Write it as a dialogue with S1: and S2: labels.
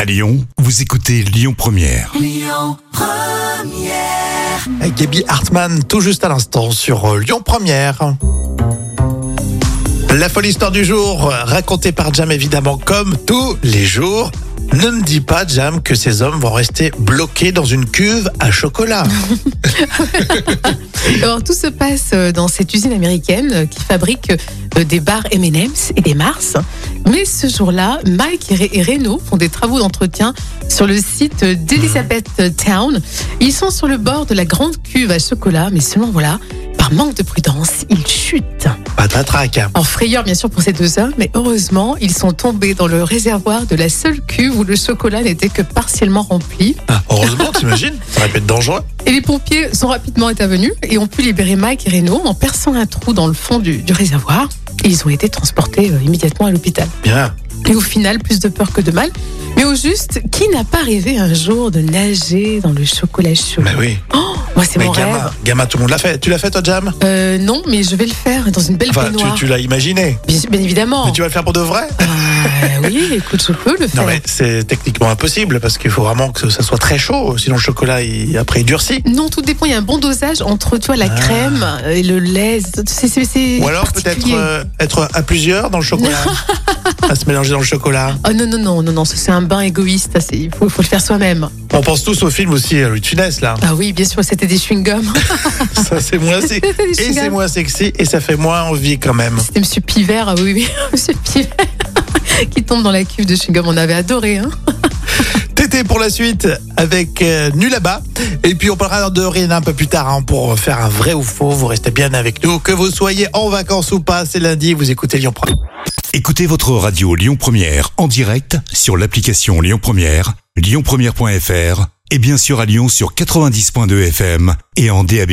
S1: À Lyon, vous écoutez Lyon Première.
S2: Avec Gabi Hartmann, tout juste à l'instant sur euh, Lyon Première. La folle histoire du jour, euh, racontée par Jam évidemment comme tous les jours. Ne me dis pas, Jam, que ces hommes vont rester bloqués dans une cuve à chocolat.
S3: Alors tout se passe euh, dans cette usine américaine euh, qui fabrique euh, des bars M&M's et des Mars. Mais ce jour-là, Mike et Re- et Reno font des travaux d'entretien sur le site euh, d'Elizabeth Town. Ils sont sur le bord de la grande cuve à chocolat, mais seulement voilà, par manque de prudence, ils chutent.
S2: Patatrac.
S3: En frayeur bien sûr pour ces deux hommes, mais heureusement, ils sont tombés dans le réservoir de la seule cuve où le chocolat n'était que partiellement rempli.
S2: Ah, heureusement, t'imagines Ça aurait pu être dangereux.
S3: Et les pompiers sont rapidement intervenus et ont pu libérer Mike et Reno en perçant un trou dans le fond du, du réservoir. Et ils ont été transportés euh, immédiatement à l'hôpital.
S2: Bien.
S3: Et au final, plus de peur que de mal. Mais au juste, qui n'a pas rêvé un jour de nager dans le chocolat chaud
S2: Mais oui.
S3: Oh, Moi, c'est
S2: Mais
S3: mon
S2: gamin,
S3: rêve.
S2: gamin, tout le monde l'a fait. Tu l'as fait, toi, Jam
S3: Euh, non, mais je vais le faire dans une belle
S2: Enfin, tu,
S3: baignoire.
S2: tu l'as imaginé.
S3: Bien, bien évidemment.
S2: Mais tu vas le faire pour de vrai
S3: Ah, oui, écoute, je peux le faire.
S2: Non, mais c'est techniquement impossible parce qu'il faut vraiment que ça soit très chaud. Sinon, le chocolat, il- après, il durcit.
S3: Non, tout dépend. Il y a un bon dosage entre, tu vois, la
S2: Ah.
S3: crème et le lait. C'est- c'est- c'est
S2: Ou alors peut-être
S3: particulier.
S2: euh, être à plusieurs dans le chocolat. à se mélanger dans le chocolat.
S3: Oh non, non, non, non, non, ça, c'est un bain égoïste, ça, c'est- il faut, faut le faire soi-même.
S2: On pense tous au film aussi, à Louis de Funès, là.
S3: Ah oui, bien sûr, c'était des chewing-gums.
S2: Ça, c'est moins sexy.
S3: C'était des
S2: Et c'est
S3: chewing-gums.
S2: moins sexy et ça fait moins envie quand même.
S3: C'était Monsieur Pivert, ah oui, oui, Monsieur Pivert, qui tombe dans la cuve de chewing-gum, on avait adoré. Hein.
S2: Tété pour la suite avec euh, Nul là-bas. Et puis on parlera de Rihanna un peu plus tard hein, pour faire un vrai ou faux. Vous restez bien avec nous. Que vous soyez en vacances ou pas, c'est lundi. Vous écoutez Lyon Pro.
S1: Écoutez votre radio Lyon Première en direct sur l'application Lyon Première, lyonpremière.fr et bien sûr à Lyon sur 90.2 FM et en DAB+.